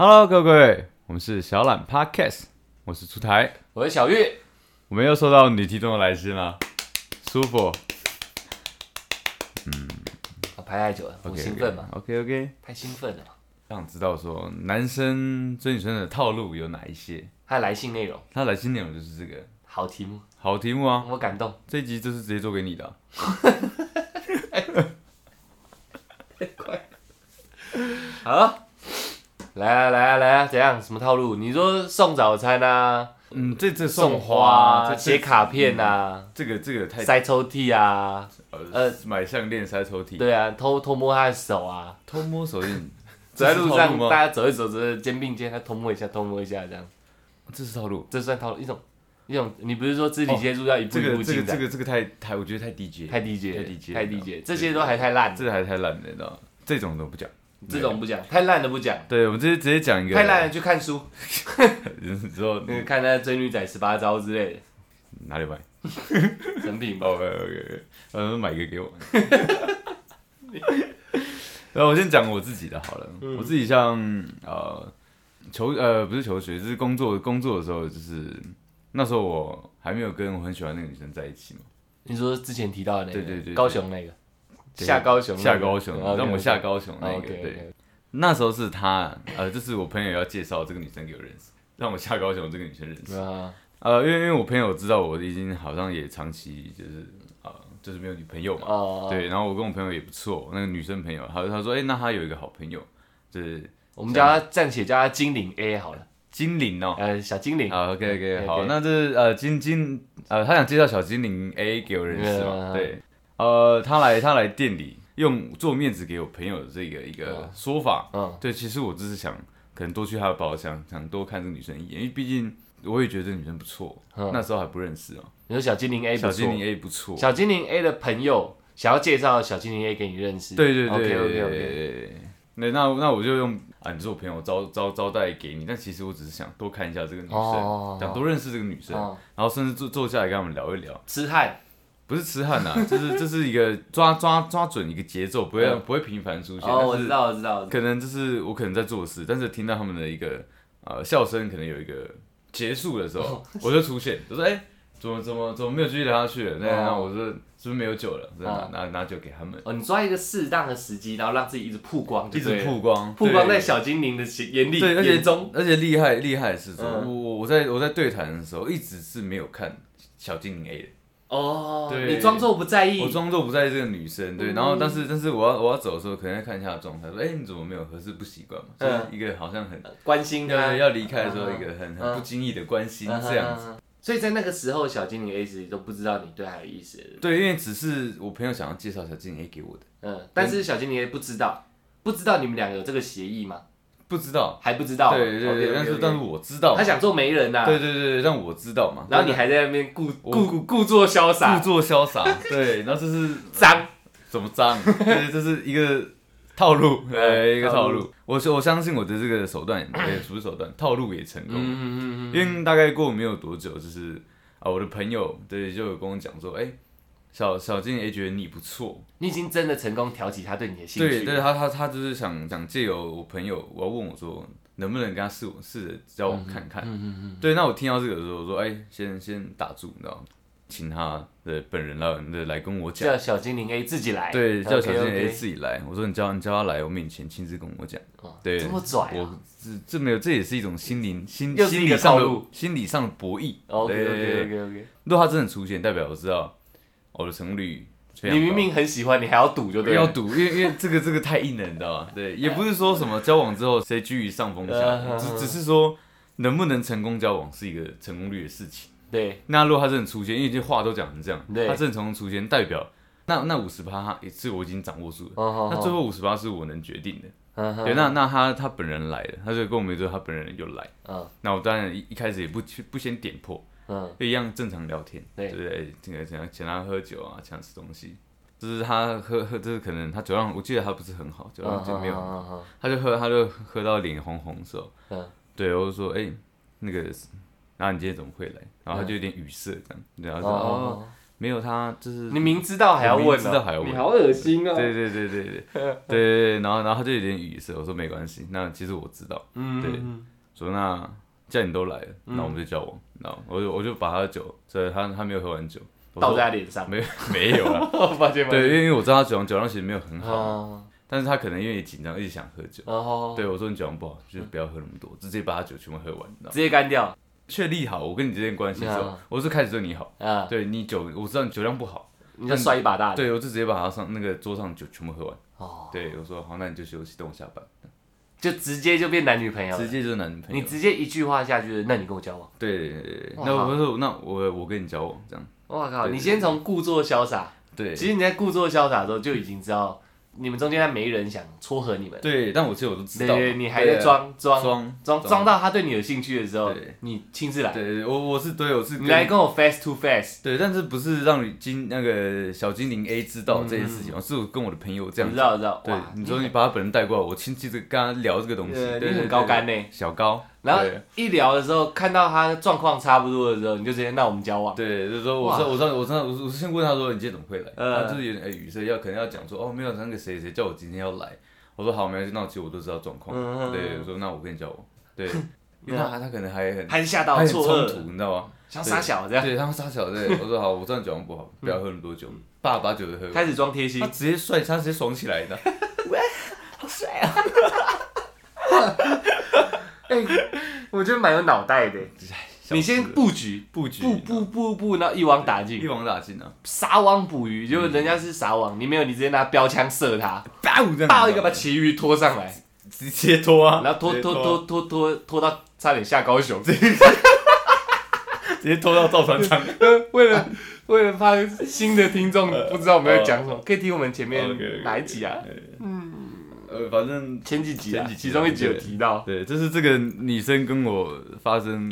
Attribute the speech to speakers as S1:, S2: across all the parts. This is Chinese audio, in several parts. S1: Hello，各位，我们是小懒 Podcast，我是出台，
S2: 我是小玉，
S1: 我们又收到女听众的来信了，舒服，
S2: 我排太久了，我兴奋啊嘛，
S1: ？OK OK，
S2: 太兴奋了嘛。
S1: 让知道说男生追女生的套路有哪一些。
S2: 他的来信内容
S1: 他来信内容就是这个
S2: 好题目，
S1: 好题目啊，
S2: 我感动，
S1: 这一集就是直接做给你的啊、
S2: 好啊，来啊来啊来啊，怎样？什么套路？你说送早餐啊，
S1: 嗯，这这
S2: 送花
S1: 花
S2: 啊，
S1: 这
S2: 写卡片啊，
S1: 这个这个太
S2: 塞抽屉啊，
S1: 呃
S2: 呃
S1: 买项链塞抽屉，
S2: 对啊，偷偷摸他的手啊，
S1: 偷摸手印，
S2: 走在路上
S1: 这是套路吗？
S2: 大家走一走，走着肩并肩，他偷摸一下，偷摸一下，这样，
S1: 这是套路。
S2: 这算套路一种一种。你不是说肢体哦接触要一步
S1: 这
S2: 一
S1: 个
S2: 步
S1: 这个
S2: 进
S1: 这
S2: 展？
S1: 个这个太太，我觉得太低级了，
S2: 太低阶，
S1: 太低阶啊
S2: 太
S1: 了
S2: 低阶，这些都还太烂，
S1: 这个还太烂了，你知道吗？这种都不讲。
S2: 这种不讲，太烂的不讲，
S1: 对，我们直接直接讲一个
S2: 太烂了去看书。
S1: 了， 之后
S2: 那个看那追女仔十八招之类 的
S1: 哪里买？
S2: 成品吧。
S1: 哦，OK OK，嗯，买一个给我。 然后我先讲我自己的好了，我自己像呃求呃不是求学，就是工作工作的时候，就是那时候我还没有跟我很喜欢那个女生在一起嘛，
S2: 你说之前提到的那个，
S1: 对对对对
S2: 高雄那个，
S1: 对
S2: 下高雄那个，哦
S1: 下高雄，啊让我下高雄那个
S2: o k
S1: 对。那时候是她，呃，就是我朋友要介绍这个女生给我认识，让我下高雄这个女生认识。
S2: 啊，
S1: 呃，因为因为我朋友知道我已经好像也长期就是呃就是没有女朋友嘛，
S2: 哦，
S1: 对，然后我跟我朋友也不错，那个女生朋友，她她说，哎、那她有一个好朋友，就是
S2: 我们叫他暂且叫他精灵 A 好了，
S1: 精灵哦、
S2: 呃，小精灵，
S1: 啊，OK OK，
S2: OK，
S1: 好，
S2: OK
S1: 那这呃金金呃，他想介绍小精灵 A 给我认识嘛？
S2: 嗯
S1: 对，呃，他来他来店里用做面子给我朋友的这个一个
S2: 嗯
S1: 说法，
S2: 嗯，
S1: 对，其实我只是想可能多去她的包厢，想多看这个女生一眼，因为毕竟我也觉得这女生不错，
S2: 嗯
S1: 那时候还不认识哦、
S2: 你说小精灵 A 不
S1: 小
S2: 错
S1: 精灵 A 不错，
S2: 小精灵 A 的朋友想要介绍小精灵 A 给你认识，
S1: 对对对
S2: OK
S1: 对
S2: OK
S1: 对
S2: OK，
S1: 对对。那那那我就用啊，你是我朋友招招招待给你，但其实我只是想多看一下这个女生，
S2: 哦，
S1: 想多认识这个女生，
S2: 哦
S1: 然后甚至坐坐下来跟他们聊一聊，
S2: 痴汉，
S1: 不是痴汉呐，就是这是一个抓抓抓准一个节奏，不会
S2: 嗯
S1: 不会频繁出现，
S2: 哦，我
S1: 但
S2: 知
S1: 是
S2: 道我知道，我知道
S1: 可能就是我可能在做事，但是听到他们的一个呃笑声，可能有一个结束的时
S2: 哦
S1: 候，我就出现，就说哎、怎么怎么怎么没有继续聊下去了？那那
S2: 哦
S1: 我说是不是没有酒了？这样
S2: 哦
S1: 拿拿拿酒给他们，
S2: 哦，你抓一个适当的时机，然后让自己一直曝光
S1: 一
S2: 就对了，
S1: 直曝光，
S2: 曝光
S1: 对
S2: 在小精灵的眼里，
S1: 对，而且
S2: 眼中，
S1: 而且厉害厉害的是说，
S2: 嗯
S1: 我我我在我在对谈的时候，一直是没有看小精灵 A 的，
S2: 哦，
S1: 对
S2: 你装作不在意
S1: 我，装作不在意这个女生，对，然后
S2: 嗯
S1: 但是但是我要我要走的时候，可能要看一下她的状态，说，哎、你怎么没有合适不习惯嘛，
S2: 嗯
S1: 就是一个好像很
S2: 关心他
S1: 要，嗯要离开的时候，
S2: 嗯
S1: 一个很很
S2: 嗯
S1: 不经意的关心这样子，
S2: 子。所以在那个时候，小精灵 A 其实都不知道你对他有意思，
S1: 对，因为只是我朋友想要介绍小精灵 A 给我的，
S2: 嗯，但是小精灵 A 不知道，不知道你们两个有这个协议吗？
S1: 不知道，
S2: 还不知道，
S1: 对对对，但是但是我知道
S2: 他，想做媒人呐，
S1: 对对对，但我知道嘛，
S2: 然后你还在那边故
S1: 我
S2: 故故作潇
S1: 故
S2: 洒，
S1: 作潇洒，对，然后这是
S2: 脏，
S1: 怎么 脏？对，这是一个套路，呃，一个套
S2: 哎套
S1: 路。我我相信我的这个手 段，也不是手段，套路也成功。
S2: 嗯嗯嗯嗯，
S1: 因为大概过没有多久，就是啊，我的朋友对就有跟我讲说，哎、小小金也觉得你不错，
S2: 你已经真的成功挑起他对你的兴
S1: 对，
S2: 趣，
S1: 但是他他他就是想想借由我朋友，我要问我说能不能跟他试试着交往看看。
S2: 嗯嗯嗯，
S1: 对，那我听到这个的时候，我说，哎、先先打住，你知道吗？请他的本人来来跟我讲。
S2: 叫小精灵 A 自己来，
S1: 对，叫小
S2: OK，OK
S1: 精灵 A 自己来。我说你叫你叫他来我面前亲自跟我讲。
S2: 哦
S1: 对，
S2: 这么拽啊
S1: 我这这没有，这也是一种心灵心
S2: 又是
S1: 心
S2: 一
S1: 理
S2: 个
S1: 上
S2: 套路
S1: 的心理上的博弈。
S2: ，OK
S1: 对对
S2: OK
S1: 对
S2: OK OK，
S1: 如果他真的出现，代表我知道我的成功率非常
S2: 你
S1: 高。
S2: 明明很喜欢，你还要赌就对
S1: 要
S2: 了，
S1: 赌，因为因为这个这个太硬了，你知道吗？对，也不是说什么交往之后谁居于上风下，
S2: 嗯
S1: 只只是说能不能成功交往是一个成功率的事情。
S2: 对，
S1: 那如果他真的出现，因为这话都讲成这样，
S2: 对
S1: 他真的成功出现，代表那那五十趴也是我已经掌握住了。
S2: 哦嗯
S1: 那最后五十八是我能决定的。对，
S2: 对
S1: 那那他他本人来了，他就跟我们说他本人有来。
S2: 嗯
S1: 那我当然一一开始也不去不先点破，
S2: 嗯
S1: 就一样正常聊天，
S2: 对
S1: 不对？这个请他请他喝酒啊，请他吃东西。就是他喝喝，就是可能他酒量，我记得他不是很
S2: 嗯
S1: 好，酒量就没有，
S2: 有，
S1: 他就喝他就喝到脸红红的时候，
S2: 嗯
S1: 对，我就说哎、那个，然后你今天怎么会来？然后他就有点语塞这样，然后说哦，没有他就是
S2: 你明知道还要
S1: 我明
S2: 问
S1: 知道
S2: 呢、
S1: 还要
S3: 你
S1: 问，哦
S3: 好恶心 啊！
S1: 对对对对对对对对，然后然后他就有点语塞，我说没关系，那其实我知道，
S2: 嗯，
S1: 对说那既然你都来了，那我们就交往，然后我就我就把他的酒，所以他他没有喝完酒，我
S2: 倒
S1: 说
S2: 在他脸 上，
S1: 没 没有了，
S2: 抱歉，
S1: 对，因为我知道他酒量酒量其实没有很
S2: 抱歉，
S1: 好，
S2: 哦，
S1: 但是他可能因为也紧张一直想喝酒，
S2: 然后
S1: 对我说你酒量不好，就是不要喝那么多，直接把他酒全部喝完，然后
S2: 直接干掉，
S1: 确立好我跟你之间的关系之后
S2: 啊，
S1: 我是开始对你好，
S2: 啊，
S1: 对你酒我知道你酒量不好，
S2: 你就摔一把大的，
S1: 嗯对我就直接把他上那个桌上酒全部喝完，
S2: 哦，
S1: 对我说好，那你就休息，等我下班。
S2: 就直接就变男女朋友了，
S1: 直接就是男朋友。
S2: 你直接一句话下去，那你跟我交往，
S1: 对对对对，
S2: 哇
S1: 那我说那我我跟你交往这样，
S2: 我靠，
S1: 对
S2: 你先从故作潇洒，
S1: 对
S2: 其实你在故作潇洒的时候就已经知道，你们中间没人想撮合你们，
S1: 对，但我其实我都知
S2: 对
S1: 道，
S2: 对，你还在装
S1: 啊装
S2: 装
S1: 装
S2: 装装，到他对你有兴趣的时候
S1: 对，
S2: 你亲自来，
S1: 对对对，我我是对我是
S2: 你来
S1: 跟
S2: 跟我 face to face，
S1: 对，但是不是让你经那个小精灵 A 知道这件事情哦嘛？是我跟我的朋友这
S2: 嗯
S1: 样
S2: 你知
S1: 子。
S2: 道你知道，
S1: 对
S2: 哇，，
S1: 你说你把他本人带过来，我亲戚这跟他聊这个东西，
S2: 对
S1: 对
S2: 你
S1: 对
S2: 很
S1: 对
S2: 高干
S1: 对
S2: 呢
S1: 小高，
S2: 然后
S1: 对
S2: 一聊的时候，看到他状况差不多的时候，你就直接那我们交往。
S1: 对，就是说我
S2: 哇
S1: 说我说我说我我先问他说你今天怎么会来？
S2: 呃
S1: 他就是有点哎语塞，要可能要讲说哦没有那个谁谁叫我今天要来，我说好没关系，那我其实我都知道状况，
S2: 嗯
S1: 对，我说那我跟你交往，对， 因为他他可能还很
S2: 还吓
S1: 还
S2: 到
S1: 很冲
S2: 错
S1: 突，
S2: 愕，啊
S1: 你知道吗？
S2: 想傻小这样，
S1: 对他们傻 小对，我说好，我知道你酒量不好，不要喝那么多酒，爸把酒都喝完，
S2: 嗯开始装贴心
S1: 他。直接帅，他直接爽起来的，
S2: 哎，我觉得蛮有脑袋的。 你先布局，
S1: 布局
S2: 布布布布，然后一网打
S1: 一
S2: 尽，
S1: 网打尽啊，
S2: 撒网捕鱼。结果
S1: 嗯
S2: 人家是撒网，你没有，你直接拿标枪射 他，
S1: 爆这样子，
S2: 爆一个把旗鱼拖上来，
S1: 直接拖啊，
S2: 然后拖
S1: 直接
S2: 拖拖拖拖拖到差点下高雄。
S1: 啊，直接拖到造船 厂
S2: 为了为了怕新的听众
S1: 呃
S2: 不知道我们在讲什么，可以听我们前面
S1: OK，OK
S2: 哪一集啊？
S1: 呃，反正
S2: 前几集啊，
S1: 前几集啊
S2: 其中一集有提到。
S1: 对，这是这个女生跟我发生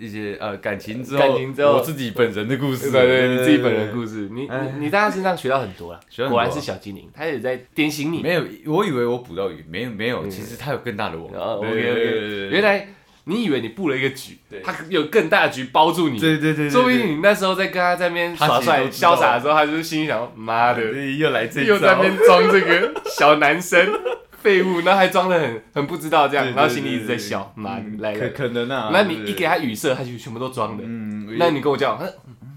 S1: 一些呃感情之后，
S2: 感情之后
S1: 我自己本人的故事，
S2: 对对对，你自己本人的故事，你
S1: 哎
S2: 你你在他身上学到很多了
S1: 学到，很多
S2: 果
S1: 啊
S2: 然是小精灵，他也在点醒你。
S1: 没有，我以为我捕到鱼，没有没有，其实它有更大的网。
S2: 啊，OK
S1: 对对对对
S2: OK，
S1: 对
S2: 原来你以为你布了一个局
S1: 对，
S2: 他有更大的局包住你。
S1: 对对对对，
S2: 说不定你那时候在跟他在那边
S1: 他
S2: 耍
S1: 其实
S2: 帅
S1: 都知道
S2: 潇洒的时候，他就是心里想：妈的，
S1: 对又来这一
S2: 又在那
S1: 招，
S2: 边装这个小男生 废物，然后还装的很很不知道这样，
S1: 对对
S2: 然后心里一直在
S1: 对对
S2: 笑，妈
S1: 嗯
S2: 来
S1: 可
S2: 了。
S1: 可能啊。
S2: 那你
S1: 对
S2: 一给，他语塞，他就全部都装的
S1: 对对。嗯，
S2: 那你跟我讲，哼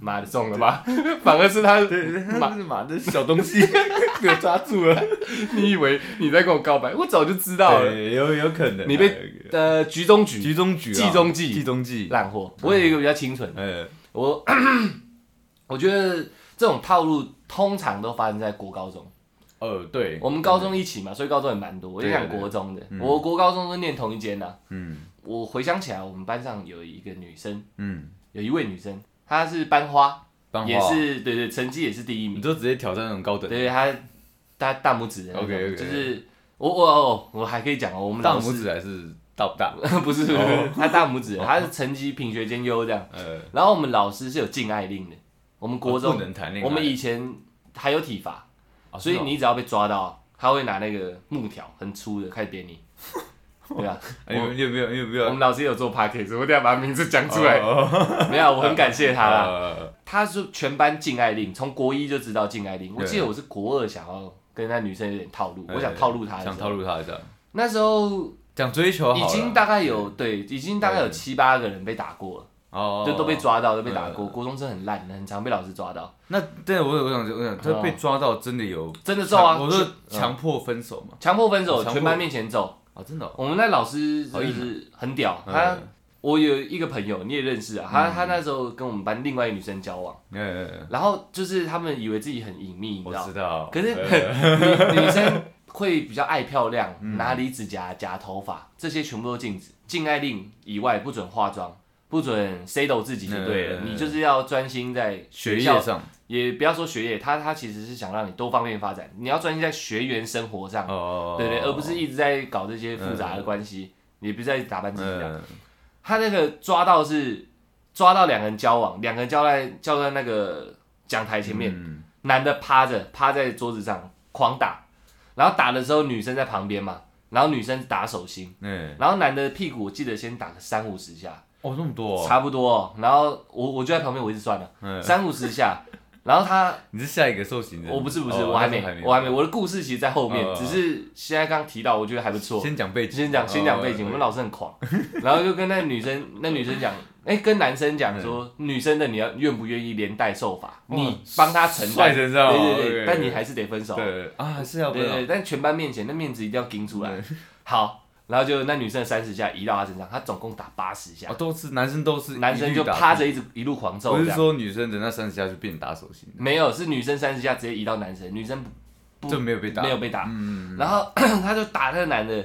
S2: 妈的中了吧？ 反而是他
S1: 对对，
S2: 妈
S1: 他是马的小东西给我抓住了，
S2: 你以为你在跟我告白？我早就知道了。
S1: 对，有有可能啊
S2: 你被呃，局中局，
S1: 局中举啊，
S2: 计中计
S1: 计中计，
S2: 烂货。我有一个比较清纯的，
S1: 呃，
S2: 我 我觉得这种套路通常都发生在国高中。
S1: 呃，对，
S2: 我们高中一起嘛，所以高中也蛮多。我就讲
S1: 对对
S2: 国中的，
S1: 嗯
S2: 我国高中都念同一间啊呐。
S1: 嗯
S2: 我回想起来，我们班上有一个女生，
S1: 嗯，
S2: 有一位女生，她是班花，
S1: 班花
S2: 也是对对，成绩也是第一
S1: 你
S2: 名。
S1: 就直接挑战那种高等，
S2: 对，她她大拇指的那种
S1: OK，OK
S2: 就是我我哦，我还可以讲哦，我们
S1: 大
S2: 老
S1: 拇
S2: 师
S1: 指哦还是大不大？
S2: 不是不是，他大拇指，他是成绩品学兼优这样。
S1: 呃，
S2: 然后我们老师是有禁爱令的，我们国
S1: 哦不
S2: 中，
S1: 能谈恋爱，
S2: 我们以前还有体罚，
S1: 哦
S2: 所以
S1: 是哦
S2: 你只要被抓到，他会拿那个木条很粗的开 始扁你。对啊，
S1: 哎你有你有没有你有没
S2: 我
S1: 有
S2: 们老师也有做 p a c k a g e 我等一下把他名字讲出来。
S1: 哦
S2: 没有，我很感谢他啦。
S1: 呃
S2: 他是全班禁爱令，从国一就知道禁爱令。我
S1: 对
S2: 记得我是国二想要跟那女生有点套路，我想套路她的时候。
S1: 想套路他一下，
S2: 那时候
S1: 想追求好
S2: 已
S1: 了
S2: 经大概有对，已经大概有
S1: 嗯
S2: 七八个人被打过了。
S1: 哦，
S2: 就都被。抓到，都被打过。
S1: 嗯
S2: 国中生很烂，很常被老师抓到，
S1: 那对我我想我想，他
S2: 哦
S1: 被抓到真的有
S2: 真的揍啊！
S1: 我说强迫分手嘛，
S2: 强迫分手，
S1: 强迫
S2: 全班面前揍。
S1: 啊，真的哦，
S2: 我们那老师
S1: 好
S2: 就
S1: 硬啊
S2: 是很屌，他
S1: 嗯
S2: 我有一个朋友，你也认识啊，他他那时候跟我们班另外一个女生交往，
S1: 嗯，
S2: 然后就是他们以为自己很隐秘，你知
S1: 我
S2: 道
S1: 知，道，
S2: 可是
S1: 呃嗯
S2: 女 女生会比较爱漂亮，拿离子夹夹头发，这些全部都禁止，禁爱令以外不准化妆。不准 say 抖自己就对了，
S1: 嗯
S2: 你就是要专心在
S1: 学
S2: 校
S1: 业上
S2: 也不要说学业，他他其实是想让你多方面发展，你要专心在学员生活上，
S1: 哦，
S2: 对对，而不是一直在搞这些复杂的关系，也不是在打扮自己啊这样。
S1: 嗯
S2: 他那个抓到是抓到两个人交往，两个人交在交在那个讲台前面，
S1: 嗯
S2: 男的趴着趴在桌子上狂打，然后打的时候女生在旁边嘛，然后女生打手心，
S1: 嗯，
S2: 然后男的屁股我记得先打个三五十下，
S1: 哦，这么多哦，
S2: 差不多哦、然后我我就在旁边我一直算了
S1: 嗯
S2: 三五十下，然后他
S1: 你是下一个受刑人？
S2: 我不是不是，
S1: 哦
S2: 我还
S1: 还
S2: 没
S1: 没，
S2: 我还没，我的故事其实在后面
S1: 哦，
S2: 只是现在刚提到，我觉得还不错。
S1: 先讲背景，
S2: 先讲先讲背景，
S1: 哦
S2: 我们老师很狂， 然后就跟那女生那女生讲，哎、跟男生讲说，女生的你要愿不愿意连带受罚，
S1: 嗯哇
S2: 你帮她承
S1: 帅
S2: 担，
S1: 成这样
S2: 对
S1: 哦
S2: 对对，
S1: 对
S2: 但你还是得分手，对
S1: 对啊，还是要不嗯
S2: 对
S1: 要
S2: 对，？但全班面前那面子一定要盯出来
S1: 对。
S2: 好，然后就那女生三十下移到他身上，他总共打八十下
S1: 啊，，都是男生都是
S2: 男生
S1: 一
S2: 就
S1: 律打
S2: 趴着一直一路狂揍，
S1: 不
S2: 这
S1: 是
S2: 样
S1: 说女生的那三十下就变打手心，
S2: 没有，是女生三十下直接移到男生，女生不不
S1: 就没有被打，
S2: 嗯没有被打，
S1: 嗯，
S2: 然后 他就打那个男的，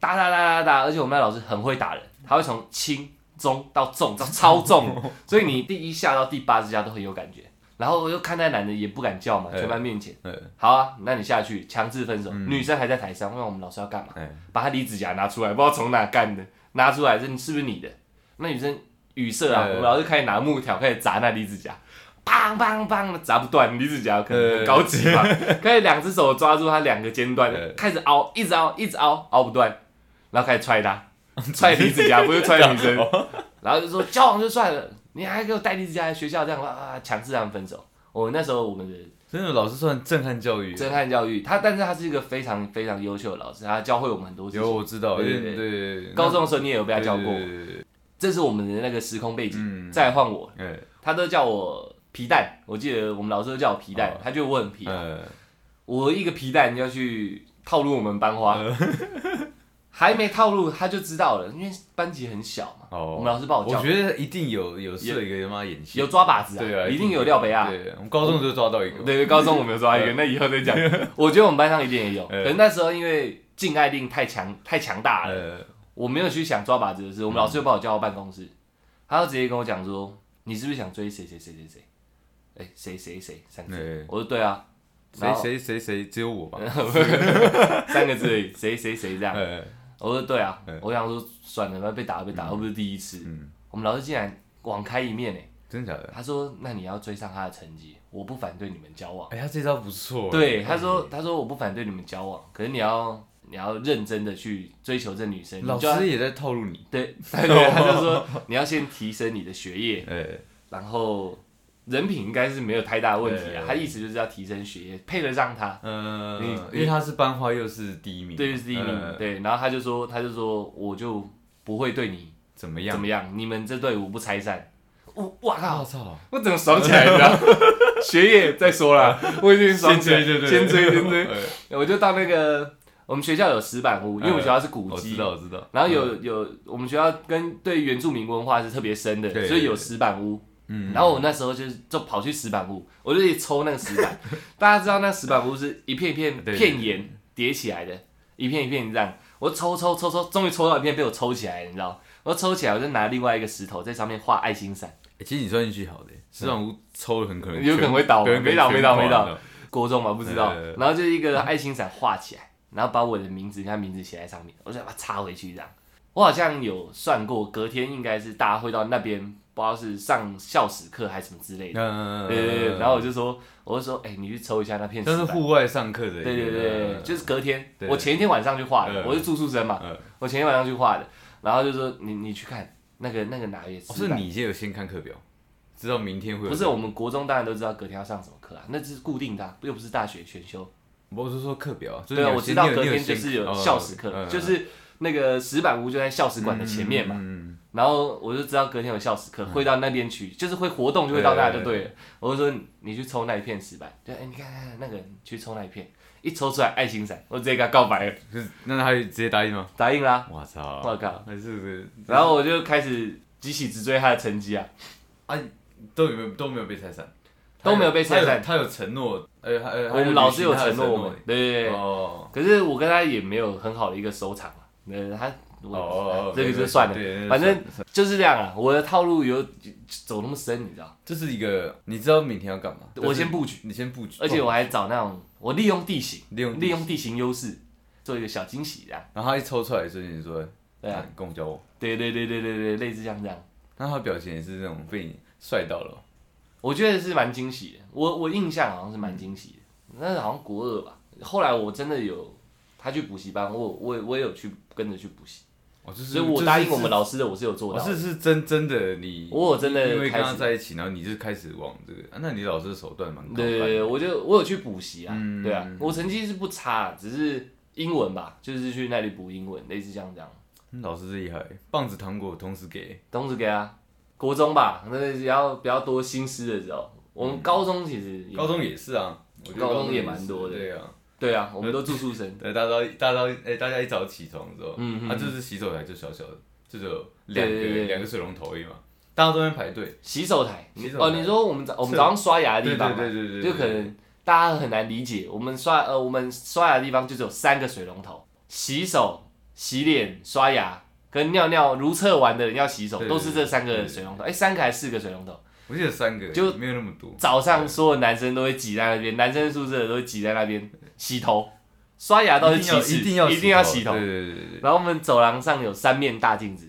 S2: 打打打打打，而且我们那老师很会打人，他会从轻中到重到超重， 所以你第一下到第八十下都很有感觉。然后我又看那男的也不敢叫嘛，
S1: 哎
S2: 全班面前，
S1: 嗯，
S2: 好啊，那你下去强制分手，女生还在台上，问我们老师要干嘛，
S1: 哎，
S2: 把他离指甲拿出来，不知道从哪干的，拿出来，这是不是你的？那女生语塞啊，
S1: 哎
S2: 我们老师开始拿木条开始砸那离子夹，砰砰砰，砸不断离子夹，可能很高级吧，开始两只手抓住他两个尖端
S1: 哎，
S2: 开始凹，一直凹，一直凹，凹不断，然后开始 踹他，踹离子夹，不是踹女生，
S1: 哦
S2: 然后就说交往就算了，你还给我带离子夹来学校这样啊，强制让分手。我那时候我们的
S1: 真的老师算震撼教育，
S2: 震撼教育，他但是他是一个非常非常优秀的老师，他教会我们很多事
S1: 有
S2: 情。
S1: 我知道，
S2: 对对
S1: 因为对
S2: 高中的时候你也有被
S1: 大
S2: 他
S1: 家
S2: 教过，这是我们的那个时空背景。再换我，
S1: 哎，
S2: 他都叫我皮蛋，我记得我们老师都叫我皮蛋，
S1: 哦
S2: 他觉得我很皮啊。
S1: 呃，
S2: 我一个皮蛋要去套路我们班花，嗯 还没套路他就知道了，因为班级很小嘛。
S1: 哦，
S2: 我们老师帮我
S1: 我
S2: 叫，
S1: 觉得一定有有设一个他妈演戏，
S2: 有抓把子啊，
S1: 对啊，
S2: 一定有廖北啊。
S1: 对，我们高中就抓到一个，
S2: 对对，高中我没有抓一个，那以后再讲。 嗯我觉得我们班上一定也有，可
S1: 呃
S2: 能那时候因为禁爱令太强太强大了，
S1: 呃，
S2: 我没有去想抓把子的事，我们老师就把我叫到办公室，他就直接跟我讲说：“你是不是想追谁谁谁谁谁？哎，谁谁谁三个字？”
S1: 对
S2: 我说：“对啊。”
S1: 谁
S2: 然后
S1: 呃哎
S2: 嗯
S1: 谁谁谁只有我吧，
S2: 三个字而已，谁谁谁这样？
S1: 呃，
S2: 我说：“对啊
S1: 嗯。”
S2: 我想说算了，反正被打了被打了，又不是第一次。
S1: 嗯，
S2: 我们老师竟然网开一面哎，
S1: 真假的？
S2: 他说：“那你要追上他的成绩，我不反对你们交往。
S1: 哎，他这招不”错，哎
S2: 对，他
S1: 嗯
S2: 说：“他说我不反对你们交往，可是你要你要认真的去追求这女生。”你
S1: 老
S2: 就要
S1: 师也在套路你，
S2: 对， 对，他就说你要先提升你的学业，
S1: 哎，
S2: 然后人品应该是没有太大的问题啊
S1: 对。
S2: 他意思就是要提升学业，配得上他，
S1: 呃
S2: 你，
S1: 因为他是班花又是第一名，
S2: 对，就是第一名。
S1: 呃，
S2: 对，然后他就说，他就说，我就不会对你
S1: 怎么
S2: 怎
S1: 样？
S2: 么样，你们这队伍不拆散。我
S1: 我
S2: 哇靠！
S1: 操！
S2: 我怎么爽起来 了？学业再说 啦，我已经爽起来，
S1: 对对，
S2: 先追先追。
S1: 哎
S2: 我就到那个我们学校有石板屋，因为我们学校是古
S1: 我知
S2: 迹，
S1: 道，我知道。
S2: 然后有有我们学校跟对原住民文化是特别深的，
S1: 对
S2: 所以有石板屋。
S1: 嗯
S2: 然后我那时候就是就跑去石板屋，我就一直抽那个 石板。大家知道那石板屋是一片一片
S1: 对
S2: 片岩叠起来的，一片一片这样。我抽抽抽抽，终于抽到一片被我抽起来了，你知道？我抽起来，我就拿另外一个石头在上面画爱心伞。
S1: 欸其实你算运气好的欸，石板屋抽的很可能
S2: 有可能会倒
S1: 全
S2: 没倒没倒
S1: 可
S2: 没。
S1: 能
S2: 倒
S1: 全
S2: 国中嘛，不知道
S1: 对对。对
S2: 然后就一个爱心伞画起来，然后把我的名字跟他名字写在上面，我就把它插回去这样。我好像有算过，隔天应该是大家会到那边，不知道是上校史课还是什么之类的。
S1: 嗯，
S2: 对对对，然后我就说，我就说，哎、你去抽一下那片
S1: 但是
S2: 石板
S1: 户外上课的一个，
S2: 对对对，就是隔天，
S1: 对
S2: 我前一天晚上去画的，
S1: 嗯
S2: 我是住宿生嘛，
S1: 嗯
S2: 我前一天晚上去画的，然后就说你你去看那个那个哪一个
S1: 哦
S2: 石
S1: 是
S2: 板，
S1: 你先有先看课表，知道明天会有
S2: 不是我们国中当然都知道隔天要上什么课啊，那是固定的啊、又不是大学选修。
S1: 我是说课表啊，就是
S2: 对啊，
S1: 你有
S2: 我知
S1: 先
S2: 道
S1: 你有
S2: 隔
S1: 你
S2: 天就
S1: 先
S2: 是有
S1: 哦
S2: 校史课，
S1: 嗯
S2: 就是那个石板屋就在校史馆的前面嘛。
S1: 嗯，
S2: 然后我就知道隔天有校史课，会到那边去，就是会活动就会到那就对了。我就说你你去抽那一片石板，对，哎，你看看看那个人去抽那一片，一抽出来爱心伞，我直接给他告白了，
S1: 就是那他直接答应吗？
S2: 答应啦。
S1: 我操！
S2: 我靠！
S1: 还是不是
S2: 然后我就开始急起直追他的成绩啊，
S1: 都有没有都没有被拆散，
S2: 都没有被拆散
S1: 他有他有承诺，呃，他呃
S2: 我们老师有承诺我们，对对对。
S1: 哦
S2: 可是我跟他也没有很好的一个收场啊，呃，他
S1: 哦
S2: 我
S1: 哦，
S2: 这个就算了，
S1: 了
S2: 反正就是这样啊。我的套路有走那么深，你知道？
S1: 这是一个你知道明天要干嘛，
S2: 我
S1: 但
S2: 先
S1: 是
S2: 布局，
S1: 你先布局，哦
S2: 而且我还找那种我利用地形，
S1: 利用
S2: 利用地形优势做一个小惊喜这样。
S1: 然后他一抽出来瞬间就说：“
S2: 对啊
S1: 啊，跟我交往。
S2: 对对对对对对，类似像这样，”
S1: 那他表情也是那种被你帅到了，
S2: 我觉得是蛮惊喜的。我我印象好像是蛮惊喜的，那好像国二吧。后来我真的有他去补习班，我我我也有去跟着去补习，
S1: 哦，就是
S2: 所以我答应我们老师的，我是有做
S1: 我
S2: 到的。
S1: 是是真真的你，
S2: 我有真的
S1: 因为
S2: 开
S1: 跟
S2: 始
S1: 他在一起，然后你就开始往这个，啊、那你老师的手段蛮高
S2: 对对
S1: 端
S2: 对，
S1: 的
S2: 我就我有去补习啊，
S1: 嗯
S2: 对啊，我成绩是不差，只是英文吧，就是去那里补英文，类似像这样。
S1: 嗯老师厉害，棒子糖果同时给，
S2: 同时给啊，国中吧，那比较比较多心思的时候，
S1: 嗯
S2: 我们高中其实也
S1: 高中也是啊，我觉得
S2: 高中
S1: 中
S2: 也
S1: 是
S2: 蛮多的
S1: 对啊，
S2: 对啊，我们都住 宿生，
S1: 对，大家都大家都哎、大家一早起床之后，
S2: 嗯嗯
S1: 啊，就是洗手台就小小的，就只有两
S2: 对对对
S1: 个两个水龙头而已嘛，大家都在排队，
S2: 洗手台
S1: 洗手台
S2: 哦，你说我们早我们
S1: 是
S2: 早上刷牙的
S1: 对对
S2: 地方嘛，
S1: 对对对，对
S2: 就可能大家很难理解，我们刷呃我们刷牙的地方就只有三个水龙头，洗手、洗脸、刷牙跟尿尿，如厕完的人要洗手，
S1: 对对
S2: 都是这三
S1: 对对
S2: 个
S1: 对
S2: 水龙头，哎，三个还是四个水龙头？
S1: 我记得三个，
S2: 就
S1: 没有那么多，
S2: 早上所有男生都会挤在那边，男生宿舍都会挤在那边洗头、刷牙倒是其次，
S1: 一定要
S2: 一定要
S1: 洗
S2: 洗头
S1: 对。对对对对，
S2: 然后我们走廊上有三面大镜子，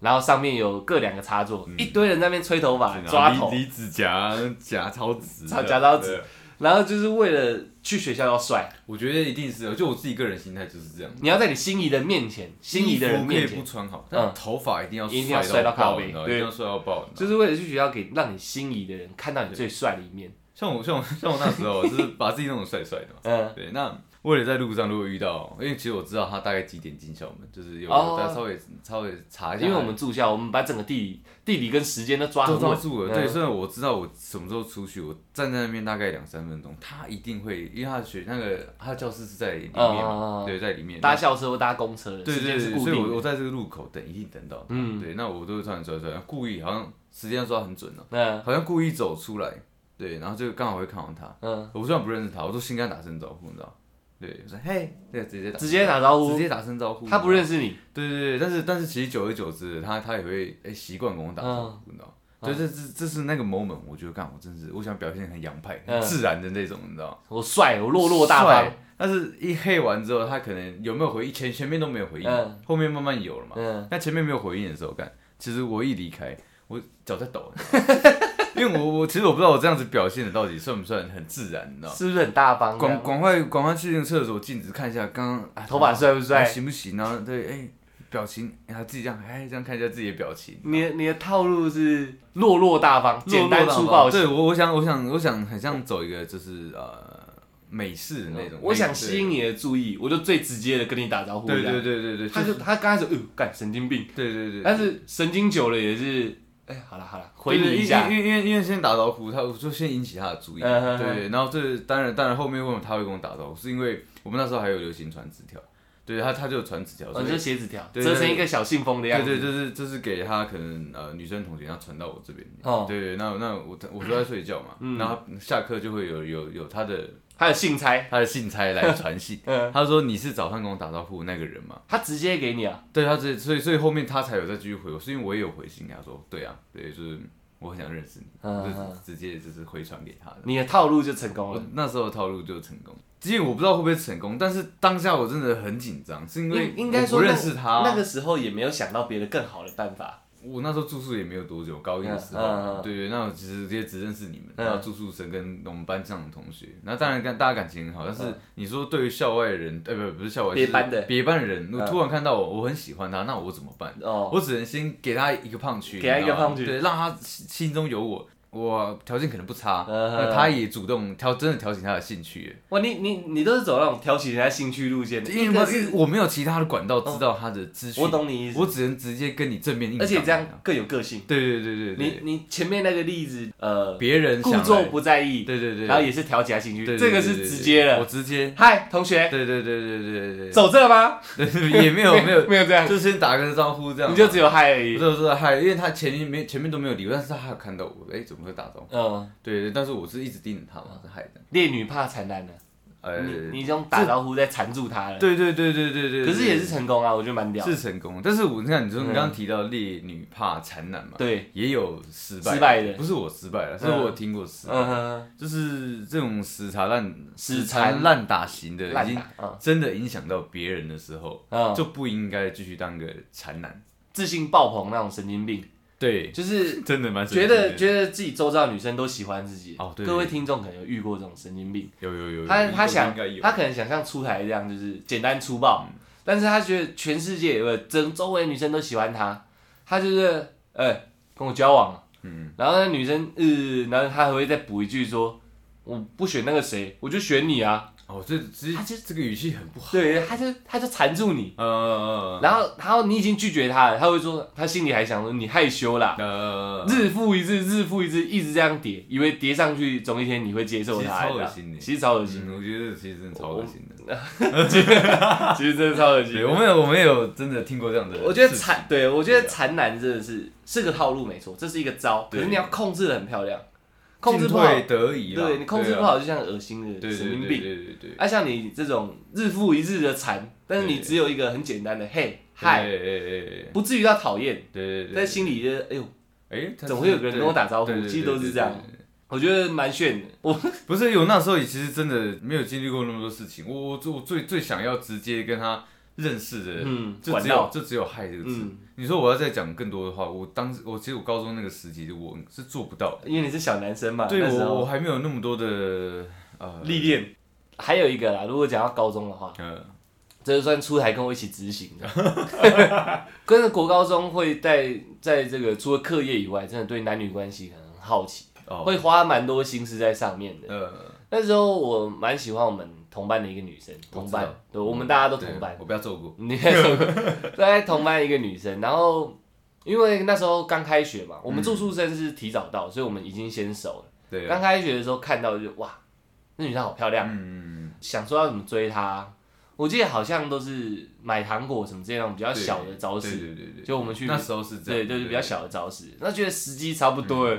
S2: 然后上面有各两个插
S1: 嗯
S2: 座，一堆人在那边吹头发、啊抓
S1: 然后
S2: 头
S1: 啊离，离指甲夹超直的，
S2: 夹夹到直
S1: 对
S2: 然后就是为了去学校要帅，
S1: 我觉得一定是，就我自己个人心态就是这样。
S2: 你要在你心仪的面前，心仪的人面
S1: 衣服可以
S2: 前
S1: 不，穿好，
S2: 嗯
S1: 但头发一定要
S2: 一定要
S1: 帅
S2: 帅到靠
S1: 爆，
S2: 背
S1: 你知道吗
S2: 对
S1: 一定要帅到爆。你知道吗
S2: 就是为了去学校给让你心仪的人看到你最帅的一面。
S1: 像我像我像我那时候就是把自己弄得帅帅的嘛。
S2: 嗯，
S1: 对，那为了在路上如果遇到，因为其实我知道他大概几点进校门，就是有
S2: 哦
S1: 再稍微稍微查一下，
S2: 因为我们住校，我们把整个地理地理跟时间都抓
S1: 都
S2: 很
S1: 抓
S2: 稳。
S1: 住了。
S2: 嗯
S1: 对，虽然我知道我什么时候出去，我站在那边大概两三分钟，他一定会，因为他的学那个他的教室是在里面嘛
S2: 嗯嗯嗯，嗯
S1: 对，在里面。
S2: 搭校车或搭公车的
S1: 对
S2: 时
S1: 对
S2: 间是
S1: 对，
S2: 固
S1: 所以
S2: 定
S1: 我
S2: 的。
S1: 我在这个路口等，一定等到他。
S2: 嗯
S1: 对，那我都会突然转转，故意好像时间要抓很准哦、
S2: 嗯
S1: 好像故意走出来，对，然后就刚好会看到他。
S2: 嗯，
S1: 我虽然不认识他，我都先跟他打声招呼，你知道？对，我说嘿，对，直接打，
S2: 直接打招
S1: 直
S2: 呼，
S1: 接打声招呼。
S2: 他不
S1: 识，
S2: 认识你，
S1: 对对对，但是但是其实久而久之，他他也会哎习惯跟我打招
S2: 嗯
S1: 呼，你知道？对，这这这是那个 moment，我觉得干，我真是我想表现很洋派、很
S2: 嗯
S1: 自然的那种，你知道？
S2: 我帅，我落落大方
S1: 帅。。但是一黑完之后，他可能有没有回应？前前面都没有回应，
S2: 嗯
S1: 后面慢慢有了嘛。
S2: 嗯，
S1: 那前面没有回应的时候，干，其实我一离开，我脚在抖，你知 道吗因为我我其实我不知道我这样子表现的到底算不算很自然，你知道吗？
S2: 是不是很大方这样？
S1: 赶赶快赶快去那个厕所镜子看一下，刚刚、啊、
S2: 头发帅不帅
S1: 啊行不行啊？对，哎、表情，哎、自己这样，哎，这样看一下自己的表情，
S2: 你的你的套路是落落大方，简单粗暴型。
S1: 对我我想我想我想很像走一个就是呃美式的那种，
S2: 我想
S1: 美
S2: 吸引你的注意，我就最直接的跟你打招呼。
S1: 对
S2: 这
S1: 对
S2: 样
S1: 对对对对，
S2: 他就他刚开始，呃，干神经病，
S1: 对对对，
S2: 但是神经久了也是，哎，好了好了，回
S1: 哎对
S2: 你一下
S1: 因，因因为因为先打招呼，他我就先引起他的注意，
S2: 嗯嗯嗯
S1: 对，然后这当然当然后面为什么他会跟我打招呼，是因为我们那时候还有流行传纸条，对他他就有传纸条，
S2: 哦，
S1: 所以
S2: 你就写纸条，
S1: 对
S2: 折成一个小信封的样
S1: 对
S2: 子。
S1: 对，就是就是给他可能呃女生同学，然后传到我这边，
S2: 哦嗯
S1: 对对，那那我我都在睡觉嘛，然后下课就会有有有他的
S2: 还有信差，，
S1: 他的信差来传信
S2: 哎 嗯，
S1: 他说你是早上跟我打招呼那个人嘛，
S2: 他直接给你啊，
S1: 对他这所以所以后面他才有再继续回我，是因为我也有回信给他说，对啊，对，就是我很想认识你，
S2: 嗯
S1: 就是
S2: 嗯
S1: 直接就是回传给他的。
S2: 你的套路就成功
S1: 我
S2: 了。
S1: 那时候的套路就成功，其实我不知道会不会成功，但是当下我真的很紧张，是因为
S2: 应应该
S1: 我
S2: 说
S1: 不
S2: 那
S1: 认识他，啊
S2: 那个时候也没有想到别的更好的办法。
S1: 我那时候住宿也没有多久，高一的时候，
S2: 嗯嗯嗯
S1: 对对，那我其实也只认识你们，
S2: 嗯
S1: 然后住宿生跟我们班上的同学，那当然跟大家感情很好，但是你说对于校外人，呃，不不是校外，
S2: 嗯别
S1: 就是
S2: 班的
S1: 别班人，我
S2: 嗯
S1: 突然看到我，我很喜欢他，那我怎么办？
S2: 哦，
S1: 我只能先给他一个胖曲，
S2: 给他
S1: 你
S2: 一个
S1: 知道吗
S2: 胖橘
S1: 对，让他心心中有我。我条件可能不差，
S2: 嗯嗯嗯
S1: 那他也主动挑，真的挑起他的兴趣，
S2: 哇，你你你都是走那种挑起人家兴趣路线的，
S1: 因为
S2: 一个
S1: 我
S2: 是
S1: 我没有其他的管道知道他的资讯，
S2: 我懂你意思，
S1: 我只能直接跟你正面硬
S2: 而且
S1: 杠
S2: 这样，更有个性。
S1: 啊对对对对对
S2: 你你前面那个例子，呃，
S1: 别人
S2: 故
S1: 想来
S2: 作不在意，
S1: 对对对，
S2: 然后也是挑起他兴趣，
S1: 对对
S2: 这
S1: 对
S2: 个是
S1: 对
S2: 直
S1: 对
S2: 接
S1: 我
S2: 了。
S1: 直接，
S2: 嗨，同学，
S1: 对对对对对对对
S2: 走这了吗？
S1: 对， 也没有没有，
S2: 没有这样，
S1: 就先打个招呼这样，
S2: 你就只有嗨而已
S1: 不。是不是嗨，因为他前面没前面都没有理我，但是他还有看到我，哎，怎么会打招呼？
S2: 嗯，
S1: 对对，但是我是一直盯着他嘛，是嗨的，
S2: 烈女怕缠男的，
S1: 呃，
S2: 你你这种打招呼在缠住他了。
S1: 对对对对对对，
S2: 可是也是成功啊，我觉得蛮屌的。嗯
S1: 是成功，但是我你看你说你刚刚提到烈女怕缠男嘛，
S2: 对，
S1: 也有失败
S2: 失败的
S1: 不是我失败了，是我听过失败，
S2: 嗯哼，
S1: 就是这种死缠烂
S2: 死缠
S1: 缠烂打型的，已
S2: 烂
S1: 经
S2: 打，嗯
S1: 真的影响到别人的时候。
S2: 嗯，
S1: 就不应该继续当个缠男。
S2: 自信爆棚那种神经病，
S1: 对，
S2: 就是
S1: 真的蛮神
S2: 觉
S1: 奇
S2: 得
S1: 的
S2: 觉得自己周遭的女生都喜欢自己。啊
S1: 哦对
S2: 各位听众可能有遇过这种神经病。
S1: 有有有有，
S2: 他
S1: 有
S2: 他想
S1: 应该有嗯
S2: 他可能想像出台这样，就是简单粗暴，但是他觉得全世界呃整周围的女生都喜欢他，他就是哎、跟我交往，嗯，然后那女生呃，然后他还会再补一句说，我不选那个谁，我就选你啊，
S1: 哦，这其
S2: 他
S1: 实
S2: 就
S1: 这个语气很不好。
S2: 对，他就他就缠住你，
S1: 呃呃
S2: 然后然后你已经拒绝他了，他会说他心里还想说你害羞啦，
S1: 呃，
S2: 日复一日，日复一日，一直这样叠，以为叠上去总有一天你会接受
S1: 其实
S2: 它，
S1: 超
S2: 你知道
S1: 恶心的
S2: 其实超恶心，
S1: 嗯我觉得其实真的超恶心的。
S2: 其实真的超恶心
S1: 对，。我们有我们有真的听过这样的事情，
S2: 我觉得缠，对我觉得缠男真的是是个套路，没错，这是一个招，可
S1: 对
S2: 是你要控制的很漂亮，控制
S1: 进
S2: 不好，
S1: 退得宜啦
S2: 对你控制不，好，就像恶心
S1: 对
S2: 的
S1: 啊
S2: 神
S1: 对对对
S2: 经病。
S1: 对对对，
S2: 啊，像你这种日复一日的缠，但是你
S1: 对
S2: 只有一个很简单的嘿
S1: 哎
S2: 嗨，
S1: 哎哎，
S2: 不至于到讨厌，
S1: 对对对，
S2: 在心里就哎呦，
S1: 哎，他
S2: 总会有个人跟我打招呼
S1: 对对对
S2: 其实都是这样
S1: 对对对对
S2: 我觉得蛮炫的。我
S1: 不是有那时候也其实真的没有经历过那么多事情，我我我最最想要直接跟他认识的，
S2: 嗯
S1: 就
S2: 管
S1: 只
S2: 道
S1: 有就只有嗨这个字
S2: 嗯。
S1: 你说我要再讲更多的话，我当时我其实我高中那个时期我是做不到的，
S2: 因为你是小男生嘛，
S1: 对
S2: 啊那时
S1: 我
S2: 候
S1: 我还没有那么多的呃
S2: 历练。还有一个啦，如果讲到高中的话，
S1: 呃
S2: 这就算出台跟我一起执行的。 跟着国高中会在在这个除了课业以外，真的对男女关系可能很好奇，
S1: 哦
S2: 会花蛮多心思在上面的。
S1: 呃
S2: 那时候我蛮喜欢我们同班的一个女生，同
S1: 我
S2: 班
S1: 知道，
S2: 对，我们大家都同
S1: 对
S2: 班，
S1: 我不要做过，
S2: 你 在同班一个女生，然后因为那时候刚开学嘛，我们住
S1: 嗯
S2: 宿生是提早到，所以我们已经先熟了。
S1: 对啊，
S2: 刚开学的时候看到就哇，那女生好漂亮，
S1: 嗯，
S2: 想说要怎么追她。我记得好像都是买糖果什么这种比较
S1: 对
S2: 小的招
S1: 对
S2: 式，
S1: 对对对，
S2: 就我们去
S1: 那时候是这
S2: 对，
S1: 样，
S2: 就是比较小的招式。那觉得时机差不
S1: 嗯
S2: 多了，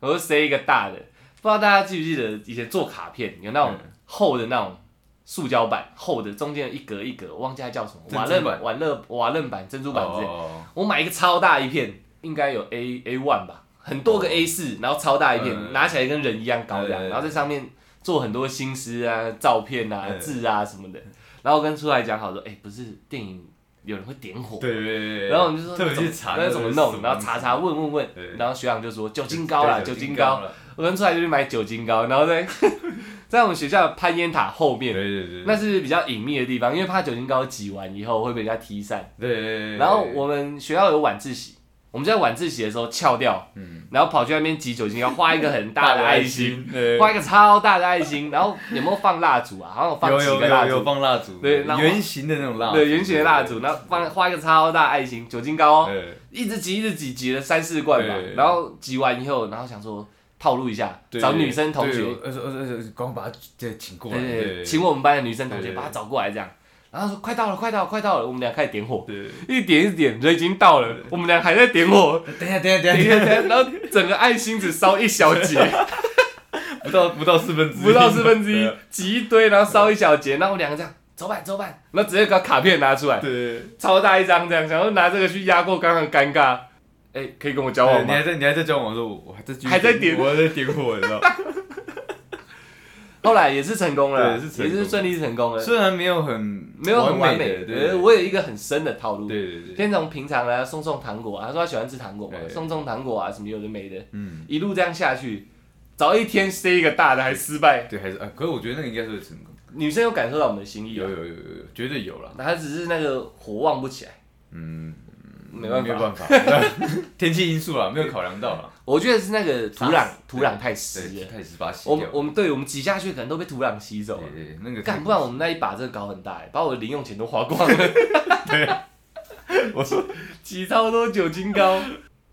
S2: 我就塞一个大的。不知道大家记不记得以前做卡片有那种
S1: 嗯
S2: 厚的那种塑胶板，厚的中间一格一格，忘记它叫什么，
S1: 珍珠
S2: 瓦楞
S1: 板
S2: 瓦楞瓦楞板、珍珠板之类。
S1: 哦
S2: 我买一个超大一片，应该有 A A one 吧，很多个 A 四，然后超大一片，
S1: 哦嗯
S2: 拿起来跟人一样高这样，
S1: 嗯
S2: 然后在上面做很多心思啊、照片啊、
S1: 嗯
S2: 字啊什么的。然后跟出来讲好说，哎，不是电影有人会点火，
S1: 哦对对对对，对
S2: 然后我们就说
S1: 特别
S2: 怎么
S1: 去查
S2: 那
S1: 个
S2: 怎么
S1: 是什
S2: 弄，
S1: 么
S2: 然后
S1: 东
S2: 查
S1: 西
S2: 查问问问，
S1: 对
S2: 然后学长就说酒精高啦，
S1: 对
S2: 酒
S1: 酒
S2: 精
S1: 精
S2: 高。
S1: 了，
S2: 我跟出来就去买酒精高，然后在 在我们学校的攀岩塔后
S1: 对
S2: 面，
S1: 对对，
S2: 那是比较隐秘的地方，因为怕酒精高挤完以后会被人家踢散。
S1: 对对对，
S2: 然后我们学校有晚自习，我们在晚自习的时候翘掉，
S1: 嗯
S2: 然后跑去那边挤酒精膏，画一个很大的爱心，，
S1: 对，
S2: 画一个超大的爱心，然后有没有放蜡烛啊？好像有放
S1: 有
S2: 几
S1: 有
S2: 个蜡
S1: 有有
S2: 烛，
S1: 放蜡烛，
S2: 对然后
S1: 圆形的那种蜡，
S2: 对，圆形的蜡烛，然后放画一个超大爱心，酒精膏哦。
S1: 对，
S2: 一直挤一直挤，挤了三四罐吧
S1: 对，
S2: 然后挤完以后，然后想说套路一下，
S1: 对
S2: 找女生同学，
S1: 对而且而且而且刚把他对请过
S2: 对
S1: 来，
S2: 对
S1: 对
S2: 对，请我们班的女生同学
S1: 对对
S2: 把她找过来这样，然后说快到了，快到了，快到了，我们俩开始点火，
S1: 对，
S2: 一点一点人已经到了，我们俩还在点火，
S1: 等一下等一下等
S2: 等
S1: 一
S2: 一
S1: 下，
S2: 下等一下哎然后整个爱心只烧一小节，
S1: 不到不到四分之一，
S2: 不到四分之一
S1: 对，啊
S2: 挤一堆，然后烧一小节，然后我们两个这样。走吧，走吧，然后直接把卡片拿出来，
S1: 对，
S2: 超大一张这样，想要拿这个去压过刚刚的尴尬。哎、可以跟我交
S1: 对
S2: 往
S1: 你
S2: 吗？
S1: 还在你还在交往的时候，我还在继续
S2: 还在点
S1: 我还在点火，你知 道，
S2: 后来也是成功了，
S1: 对是成功
S2: 也是顺利成功了，
S1: 虽然没有很
S2: 没有很完
S1: 美
S2: 美。
S1: 的，对
S2: 呃，我有一个很深的套路，
S1: 对对对对，
S2: 先从平常呢送送糖果啊，他说他喜欢吃糖果嘛，
S1: 对
S2: 送送糖果啊，什么有的没的，
S1: 嗯，
S2: 一路这样下去，早一天塞一个大的还失败，
S1: 对，还是啊，可是我觉得那个应该是会成功，
S2: 女生有感受到我们的心意
S1: 有
S2: 啊，
S1: 有有有有，绝对有了，
S2: 她只是那个火旺不起来，
S1: 嗯。
S2: 没办
S1: 没有
S2: 法，
S1: 办法， 天气因素啦，没有考量到啦，
S2: 我觉得是那个土壤
S1: 杀死
S2: 土壤太湿
S1: 对，
S2: 了，
S1: 太十八洗
S2: 我
S1: 掉
S2: 们
S1: 了。
S2: 我们对我们挤下去可能都被土壤吸走了
S1: 对，对，那个
S2: 干不然我们那一把真的搞很大、欸，把我的零用钱都花光 了，
S1: 我说，
S2: 挤超多酒精膏，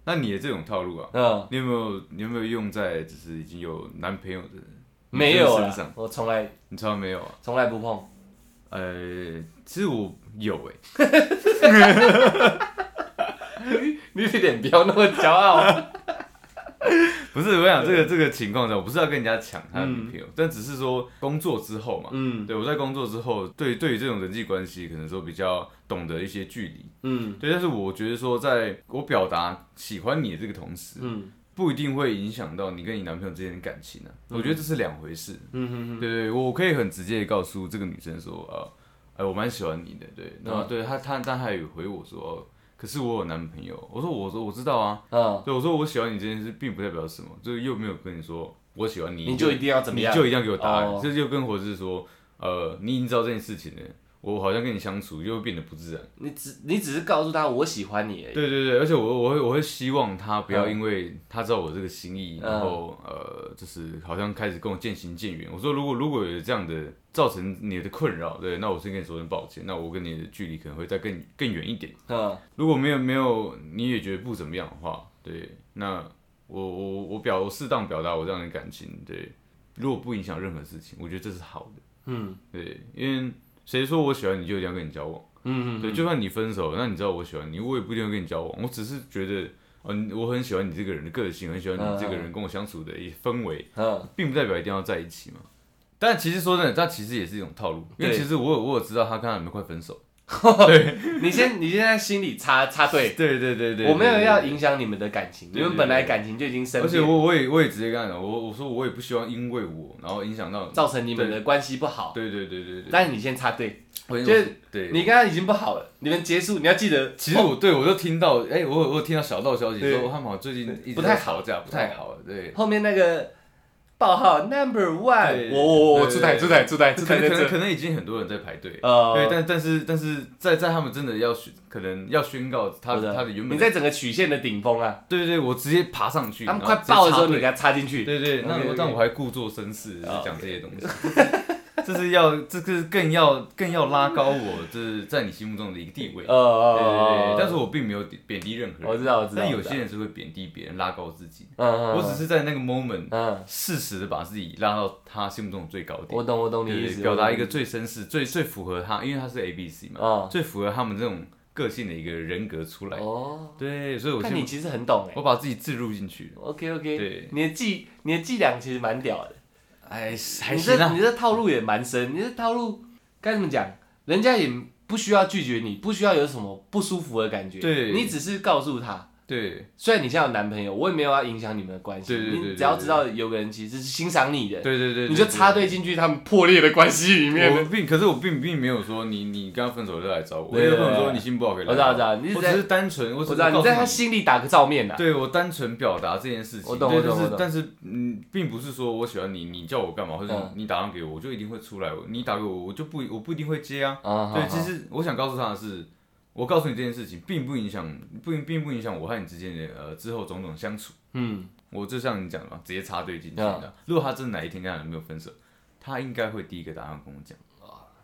S1: 那你的这种套路啊，
S2: 嗯。
S1: 你有没有你有没有用在就是已经有男朋友的人
S2: 没有啊
S1: 身
S2: 啦
S1: 上？，
S2: 我从来
S1: 你从来没有啊？
S2: 从来不碰。
S1: 呃，其实我有哎、
S2: 你的脸不要那么骄傲。 啊
S1: 不是我想这个这个情况下，我不是要跟人家抢他的女朋友，但只是说工作之后嘛，
S2: 嗯
S1: 对我在工作之后，对对于这种人际关系，可能说比较懂得一些距离。
S2: 嗯
S1: 对，但是我觉得说，在我表达喜欢你的这个同时，
S2: 嗯
S1: 不一定会影响到你跟你男朋友之间的感情啊。
S2: 嗯
S1: 我觉得这是两回事。
S2: 嗯嗯
S1: 对对，我可以很直接的告诉这个女生说，呃，哎、我蛮喜欢你的，对，然
S2: 嗯
S1: 后对她她但她也回我说、哦可是我有男朋友。我说我说我知道啊，
S2: 嗯，
S1: 对，我说我喜欢你这件事并不代表什么，就是又没有跟你说我喜欢你，
S2: 你就一定要怎么样
S1: 你？就一定要给我答案，
S2: 哦
S1: 这就跟活是说，呃，你已经知道这件事情了，我好像跟你相处就会变得不自然。
S2: 你只你只是告诉他我喜欢你而已，
S1: 对对对，而且我我会我会希望他不要因为他知道我这个心意，
S2: 嗯
S1: 然后呃，就是好像开始跟我渐行渐远。我说如果如果有这样的造成你的困扰，对，那我先跟你说声抱歉，那我跟你的距离可能会再更更远一点。
S2: 嗯，
S1: 如果没有没有你也觉得不怎么样的话，对，那我我我表我适当表达我这样的感情，对，如果不影响任何事情，我觉得这是好的，
S2: 嗯
S1: 对，因为谁说我喜欢你就一定要跟你交往？
S2: 嗯
S1: 对，就算你分手，那你知道我喜欢你，我也不一定会跟你交往。我只是觉得，嗯、我很喜欢你这个人的个性，很喜欢你这个人跟我相处的一氛围，
S2: 嗯
S1: 并不代表一定要在一起嘛。但其实说真的，但其实也是一种套路，因为
S2: 对
S1: 其实我有我有知道他跟他们快分手。
S2: 嗯，你先你现在心里插插队，
S1: 对对对对，
S2: 我没有
S1: 对
S2: 要。
S1: 对
S2: 影响你们的感情，
S1: 对
S2: 你
S1: 对
S2: 们本来感情就已经生
S1: 而且
S2: 变，
S1: 我我也我也直接跟他讲，我我说我也不希望因为我然后影响到你。
S2: 造成你们的关系不好。
S1: 对对对对对，
S2: 但你先插队，
S1: 我
S2: 就是
S1: 对。哦
S2: 你跟他已经不好了，你们结束，你要记得，
S1: 其实我对我都听到，哎、我有我有听到小道消息
S2: 对
S1: 说哦他们好像最近一直
S2: 不太
S1: 在吵架，不太好，对。
S2: 后面那个报号 number one，
S1: 对
S2: 我我我我
S1: 对
S2: 出台
S1: 对
S2: 出台出台出
S1: 可
S2: 台
S1: 能
S2: 在
S1: 可能可
S2: 这，
S1: 能已经很多人在排队，对，
S2: 呃，
S1: 但但是但是在在他们真的要宣，可能要宣告他
S2: 我知道
S1: 他的原
S2: 你
S1: 本的，
S2: 在整个曲线的顶峰啊，
S1: 对对对，我直接爬上去，
S2: 他们
S1: 然后
S2: 快爆的时候
S1: 直
S2: 你
S1: 接
S2: 给
S1: 插
S2: 他插进
S1: 队
S2: 去，
S1: 对对，那
S2: ，OK，OK
S1: 我但我还故作绅士
S2: 哦
S1: 讲这些东西，这是要这个是更要更要拉高我这在你心目中的一个地位，
S2: 呃
S1: 对对
S2: 呃
S1: 对，，但
S2: 呃
S1: 是我并没有贬低任何人，
S2: 我知道我知道，
S1: 但
S2: 我
S1: 有
S2: 知道
S1: 些人是会贬低别人，拉高自己，
S2: 嗯嗯，
S1: 我只是在那个 moment
S2: 嗯，
S1: 适时的把自己拉到他心目中的最高点。
S2: 我懂我懂你
S1: 对
S2: 意
S1: 对
S2: 思，
S1: 表达一个
S2: 我懂
S1: 最绅士、最最符合他，因为他是 A B C 嘛，
S2: 嗯
S1: 最符合他们这种个性的一个人格出来。
S2: 哦，
S1: 对，所以我
S2: 看你
S1: 先
S2: 其实很懂哎
S1: 我。把自己置入进去。
S2: OK OK，
S1: 对
S2: 你的伎你的伎俩其实蛮屌的，
S1: 哎，还
S2: 你这你这套路也蛮深，你这套路该怎么讲？人家也不需要拒绝你，不需要有什么不舒服的感觉，
S1: 对
S2: 你只是告诉他，
S1: 对
S2: 虽然你现在有男朋友，我也没有要影响你们的关系，
S1: 对对对对
S2: 你只要知道有个人其实是欣赏你的，
S1: 对对对对，
S2: 你就插队进去他们破裂的关系里面。
S1: 我并可是我并并没有说你你刚分手就来找我，我
S2: 对
S1: 也
S2: 对
S1: 没
S2: 对
S1: 有说你心不好可以来
S2: 我知道，我知
S1: 找
S2: 道，你
S1: 我
S2: 只
S1: 只是
S2: 在
S1: 单纯，我
S2: 我
S1: 只
S2: 知
S1: 是
S2: 道
S1: 告
S2: 你
S1: 诉
S2: 在他
S1: 你。
S2: 心里打个照面呐、啊
S1: 对我单纯表达这件事情，
S2: 我懂
S1: 对
S2: 我懂
S1: 就是
S2: 我懂
S1: 但是嗯，并不是说我喜欢你，你叫我干嘛，或者
S2: 嗯
S1: 你打电话给我，我就一定会出来，我你打给我，我就不我不一定会接啊。
S2: 啊。
S1: 对，
S2: 好
S1: 其实我想告诉他的是，我告诉你这件事情，并不影响，不并不影响我和你之间的呃之后种种相处。
S2: 嗯，
S1: 我就像你讲的嘛，直接插队进去
S2: 啊
S1: 的。如果他真的哪一天跟他男朋友分手，他应该会第一个打电话跟我讲。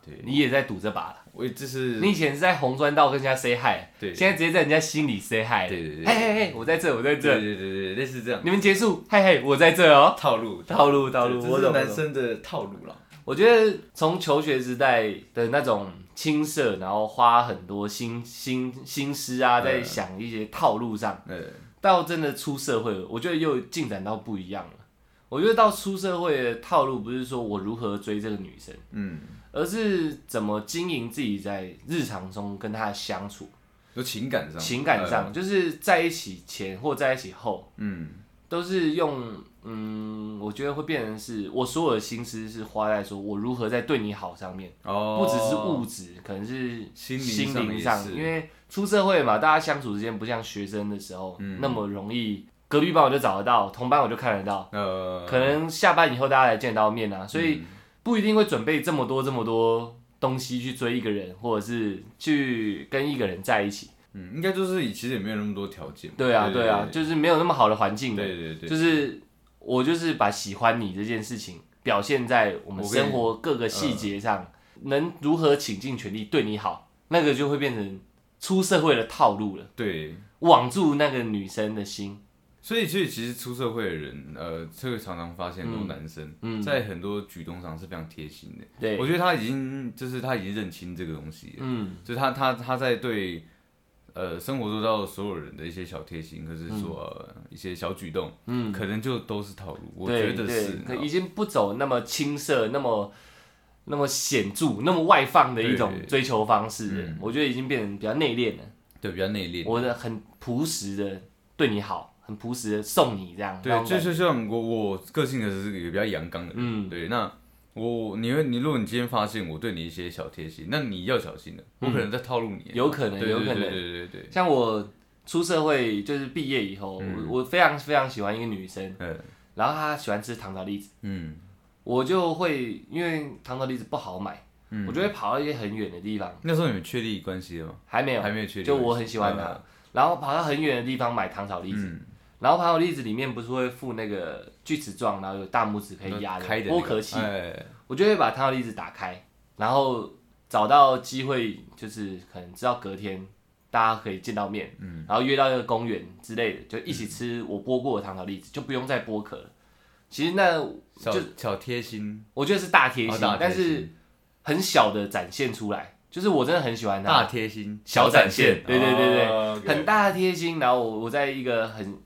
S1: 对，
S2: 你也在赌这把了。
S1: 我这是
S2: 你以前是在红砖道跟人家 say hi，
S1: 对
S2: 现在直接在人家心里 say hi。
S1: 对对对
S2: 嘿嘿嘿，我在这，我在
S1: 对对对
S2: 这。
S1: 对，类似这样
S2: 你们结束，嘿嘿，我在这哦。
S1: 套路
S2: 套路套路，
S1: 这
S2: 我
S1: 是
S2: 懂。我
S1: 男
S2: 懂
S1: 生的套路啦。
S2: 我觉得从求学时代的那种青涩，然后花很多心心心思啊，在
S1: 嗯
S2: 想一些套路上，
S1: 呃，
S2: 到真的出社会了，我觉得又进展到不一样了。我觉得到出社会的套路，不是说我如何追这个女生，
S1: 嗯，
S2: 而是怎么经营自己在日常中跟她的相处。
S1: 就情感上，
S2: 情感
S1: 呃，
S2: 上，就是在一起前或在一起后，
S1: 嗯，
S2: 都是用嗯，我觉得会变成是我所有的心思是花在说我如何在对你好上面，
S1: 哦，
S2: 不只是物质，可能是
S1: 心灵
S2: 心
S1: 上
S2: 灵
S1: 也
S2: 上，
S1: 是
S2: 因为出社会嘛，大家相处之间不像学生的时候、
S1: 嗯
S2: 那么容易，隔壁班我就找得到，同班我就看得到，
S1: 呃，
S2: 可能下班以后大家才见得到面
S1: 嗯
S2: 啊，所以不一定会准备这么多这么多东西去追一个人，或者是去跟一个人在一起。
S1: 嗯，应该就是其实也没有那么多条件嘛。
S2: 对啊，对啊，就是没有那么好的环境的，
S1: 对对对，
S2: 就是我就是把喜欢你这件事情表现在我们
S1: 我跟你嗯
S2: 生活各个细节上，能如何倾尽全力对你好，那个就会变成出社会的套路了，
S1: 对。
S2: 网住那个女生的心。
S1: 所以，所以其实出社会的人，呃，这个常常发现，很多男生、
S2: 嗯，
S1: 在很多举动上是非常贴心的。
S2: 对，
S1: 我觉得他已经就是他已经认清这个东西了，
S2: 嗯
S1: 就是他他他在对呃生活周遭的所有人的一些小贴心，或是说、呃一些小举动，
S2: 嗯，
S1: 可能就都是套路。我觉
S2: 对
S1: 得是啊哦
S2: 对，，可已经不走那么青涩，那么。那么显著、那么外放的一种
S1: 对嗯
S2: 追求方式了，我觉得已经变成比较内敛了。
S1: 对比较内敛。
S2: 我的很朴实的对你好，很朴实的送你这样。那
S1: 对，
S2: 种
S1: 就
S2: 感觉
S1: 就像我我个性可是一个比较阳刚的人，
S2: 嗯
S1: 对，那我你会你如果你今天发现我对你一些小贴心，那你要小心了，我可能在套路你。啊
S2: 嗯有可能，
S1: 对
S2: 有可
S1: 对
S2: 能。
S1: 对对对对，
S2: 像我出社会就是毕业以后，
S1: 嗯
S2: 我我非常非常喜欢一个女生，
S1: 嗯
S2: 然后她喜欢吃糖炒栗子，
S1: 嗯。
S2: 我就会因为糖炒栗子不好买，我就会跑到一些很远的地方，
S1: 那时候你们确立关系了吗？
S2: 还没有，
S1: 还没有确立关系，啊
S2: 就我很喜欢它，然后跑到很远的地方买糖炒栗子，
S1: 嗯，
S2: 然后糖炒栗子里面不是会附那个锯齿状，然后有大拇指可以压
S1: 开的那
S2: 剥
S1: 个
S2: 壳器，
S1: 哎，
S2: 我就会把糖炒栗子打开，然后找到机会，就是可能知道隔天大家可以见到面，
S1: 嗯
S2: 然后约到一个公园之类的，就一起吃我剥过的糖炒栗子，就不用再剥壳了。其实那
S1: 小
S2: 就
S1: 小贴心，
S2: 我觉得是大贴
S1: 哦
S2: 心，
S1: 大贴
S2: 但是
S1: 心
S2: 很小的展现出来，就是我真的很喜欢它，
S1: 大贴心，
S2: 小展现对对对对
S1: 哦，OK
S2: 很大的贴心。然后我我在一个很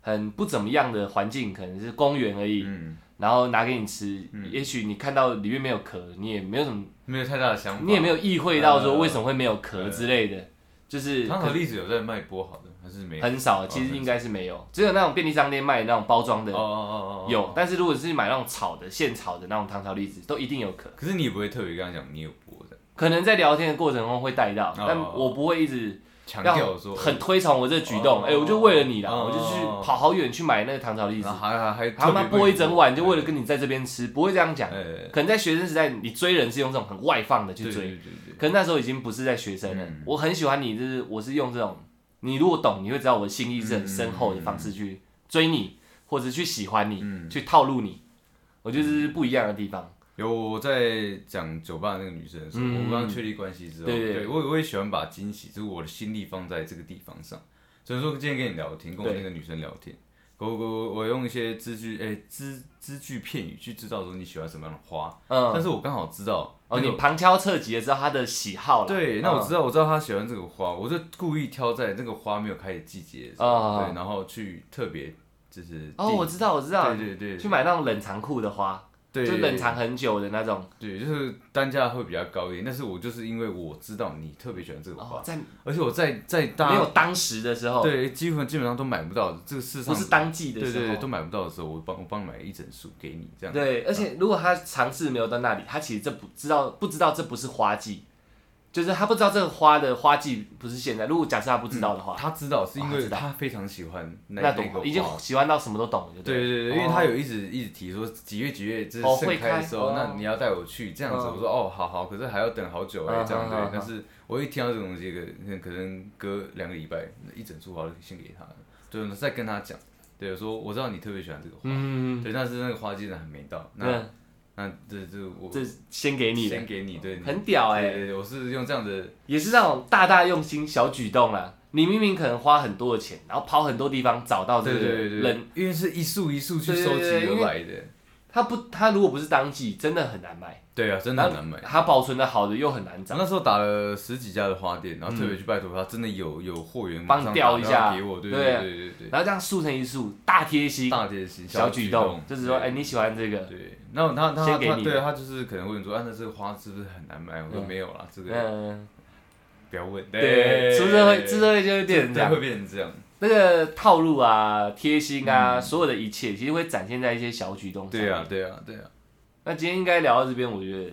S2: 很不怎么样的环境，可能是公园而已，
S1: 嗯，
S2: 然后拿给你吃，也许你看到里面没有壳，你也没有什么。
S1: 没有太大的想法，
S2: 你也没有意会到说
S1: 呃
S2: 为什么会没有壳之类的，就是
S1: 糖炒栗子有在卖剥好的还是没有？
S2: 很少，
S1: 哦
S2: 其
S1: 很
S2: 实
S1: 少
S2: 应该是没有，只有那种便利商店卖的那种包装的
S1: 哦哦哦哦，
S2: 有，。但是如果是买那种炒的、现炒的那种糖炒栗子，都一定有壳。
S1: 可是你也不会特别跟他讲你有剥的，
S2: 可能在聊天的过程中会带到，
S1: 哦
S2: 但我不会一直
S1: 强
S2: 要
S1: 调说
S2: 很推崇我这举动。
S1: 哦
S2: 哎，我就为了你啦，
S1: 哦
S2: 我就去跑好远去买那个糖炒栗子
S1: 然，后还还还
S2: 他妈
S1: 特别
S2: 播一整晚就为了
S1: 对
S2: 跟你在这边吃，不会这样讲。
S1: 哎，
S2: 可能在学生时代，你追人是用这种很外放的去
S1: 对对
S2: 追，
S1: 对对对，
S2: 可是那时候已经不是在学生了。
S1: 嗯
S2: 我很喜欢你，就是我是用这种，你如果懂，你会知道我的心意是很深厚的方式去追你，或者去喜欢你，
S1: 嗯
S2: 去套路你。我觉得这是不一样的地方。
S1: 有我在讲酒吧那个女生的时候，
S2: 嗯
S1: 我刚确立关系之后，
S2: 对对
S1: 对我我也喜欢把惊喜，就是我的心力放在这个地方上。所以说今天跟你聊天，跟我
S2: 对
S1: 那个女生聊天，我我我用一些字句，哎、字字句片语去知道说你喜欢什么样的花，但
S2: 嗯，
S1: 是我刚好知道
S2: 哦，
S1: 那个
S2: 你嗯旁敲侧击的知道他的喜好了。
S1: 对，那我知
S2: 道。
S1: 道，我知道他喜欢这个花，我就故意挑在那个花没有开的季节的时候，
S2: 啊
S1: 对，然后去特别就是
S2: 哦，我
S1: 定
S2: 知道，我知道，
S1: 对对
S2: 去
S1: 对，
S2: 买那种冷藏库的花，就
S1: 对
S2: 冷藏很久的那种。
S1: 对，就是单价会比较高一点，但是我就是因为我知道你特别喜欢这个花，
S2: 哦，在
S1: 而且我在在大
S2: 没有当时的时候，
S1: 对基本基本上都买不到，这个市
S2: 不
S1: 场
S2: 是当季的
S1: 对
S2: 时候。
S1: 对对都买不到的时候，我帮我帮你买一整束给你这样，嗯
S2: 对，而且如果他尝试没有到那里，他其实这不知道不知道这不是花季，就是他不知道这个花的花季不是现在。如果假设他不知道的话，
S1: 他知道是因
S2: 哦他
S1: 为
S2: 知道
S1: 他非常喜欢嗯那
S2: 那
S1: 那
S2: 懂
S1: 个
S2: 了已经
S1: 花
S2: 喜欢到什么都懂了，就
S1: 对
S2: 对了。
S1: 对对，因为他有一直一直提说几月几月就是
S2: 哦
S1: 盛
S2: 会
S1: 开
S2: 开
S1: 的时候，
S2: 哦
S1: 那你要带我去这样子。
S2: 嗯
S1: 我说哦，好好，可是还要等好久哎，
S2: 嗯
S1: 这样对
S2: 嗯嗯。
S1: 但是我一听到这种东西，可可能隔两个礼拜一整束花都献给他了，对，再跟他讲，对，我说我知道你特别喜欢这个花，
S2: 嗯，
S1: 对，但是那个花季呢还没到，那
S2: 那
S1: 那这这我
S2: 这先给你的
S1: 先，给你，对，
S2: 很屌
S1: 对
S2: 哎，
S1: 对，对我是用这样的，
S2: 也是那种大大用心小举动啦。你明明可能花很多的钱，然后跑很多地方找到这
S1: 对
S2: 个
S1: 对对
S2: 人，
S1: 对，因为是一束一束去
S2: 对对
S1: 收集
S2: 对对因
S1: 而
S2: 为
S1: 来的，
S2: 他不他如果不是当季，真的很难买，
S1: 对啊，真的很难买。
S2: 他保存的好的又很难找。
S1: 我那时候打了十几家的花店，然后特别去拜托他，真的有有货源
S2: 帮
S1: 马上
S2: 调一
S1: 打电话
S2: 下
S1: 给我，对
S2: 对啊
S1: 对对对
S2: 然后这样速成一束，大贴
S1: 对，
S2: 心，
S1: 大贴心
S2: 小举
S1: 举
S2: 动，就是说，
S1: 对
S2: 哎、你喜欢这个，
S1: 对，然后他他他
S2: 先给你
S1: 对他就是可能问说，啊，那这个花是不是很难买？我说
S2: 嗯
S1: 没有啦，这个
S2: 嗯，
S1: 不要问。
S2: 对，出社会，出社会就会变成这
S1: 对
S2: 样
S1: 会，变成这样，
S2: 那个套路啊、贴心啊，所有的一切，其实会展现在一些小举动上。
S1: 嗯对啊，对啊，对啊，
S2: 那今天应该聊到这边，我觉得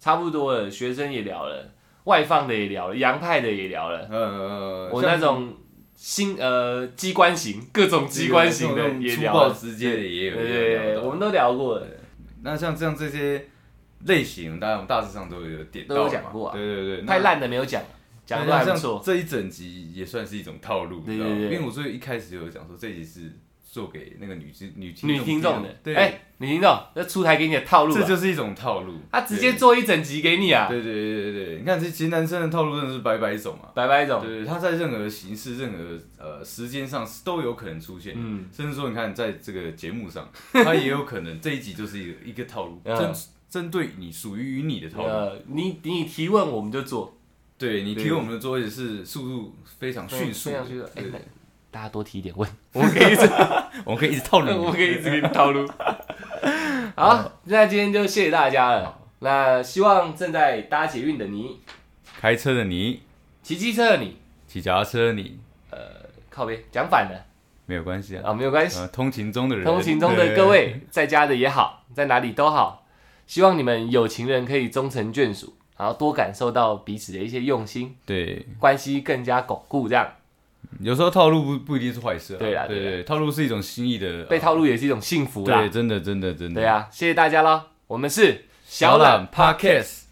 S2: 差不多了，学生也聊了，外放的也聊了，洋派的也聊了，
S1: 呃，
S2: 我
S1: 像
S2: 那种新呃机关型，各种机关型的
S1: 那种
S2: 也
S1: 粗
S2: 聊
S1: 暴
S2: 了，
S1: 直接的也
S2: 对
S1: 有，
S2: 对
S1: 也有聊
S2: 对，
S1: 到
S2: 我们都聊过了。
S1: 那像这样这些类型，大家我们大致上都有点到
S2: 都有
S1: 嘛
S2: 讲过啊
S1: 对对对，那
S2: 太烂的没有讲，讲的都还不错
S1: 像。这一整集也算是一种套路，
S2: 对
S1: 你知道吗
S2: 对对
S1: 因为我最一开始就有讲说这一集是做给那个女之女听
S2: 女听众的，
S1: 对，
S2: 哎、女听众，那出台给你的套路、
S1: 这
S2: 啊，
S1: 就是一种套路，
S2: 他直接做一整集给你啊，
S1: 对。对对对对对，你看这其实男生的套路真的是百百种啊，
S2: 拜拜总，
S1: 对对，他在任何形式、任何呃时间上都有可能出现。
S2: 嗯，
S1: 甚至说，你看，在这个节目上，他也有可能 这一集就是一个一个套路，
S2: 嗯
S1: 针针对你属于于你的套路。
S2: 呃，你你提问我们就做，
S1: 对你
S2: 对
S1: 提我们的作业是速度非常迅速
S2: 非
S1: 的，
S2: 常迅速。哎
S1: 对，
S2: 那大家多提一点问，我们可以一直，
S1: 我们可以一直套
S2: 哎我
S1: 路
S2: 们
S1: 你。
S2: 可以一直给你套 路。好，那今天就谢谢大家了。那希望正在搭捷运的你，
S1: 开车的你，
S2: 骑机车的你，
S1: 骑脚踏车的你，
S2: 靠边讲反了
S1: 没有关系啊。
S2: 啊，没有关系。
S1: 呃，通勤中的人，
S2: 通勤中的
S1: 对
S2: 各，位，在家的也好，在哪里都好，希望你们有情人可以终成眷属，然后多感受到彼此的一些用心，
S1: 对，
S2: 关系更加巩固。这样
S1: 有时候套路不不一定是坏事啊。
S2: 对啦
S1: 对
S2: 对啦
S1: 对，套路是一种心意的
S2: 被
S1: 呃
S2: 套路也是一种幸福啦啊
S1: 对，。真的真的真的。
S2: 对，啊，谢谢大家喽，我们是
S1: 小懒 Podcast。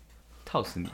S1: 套死你！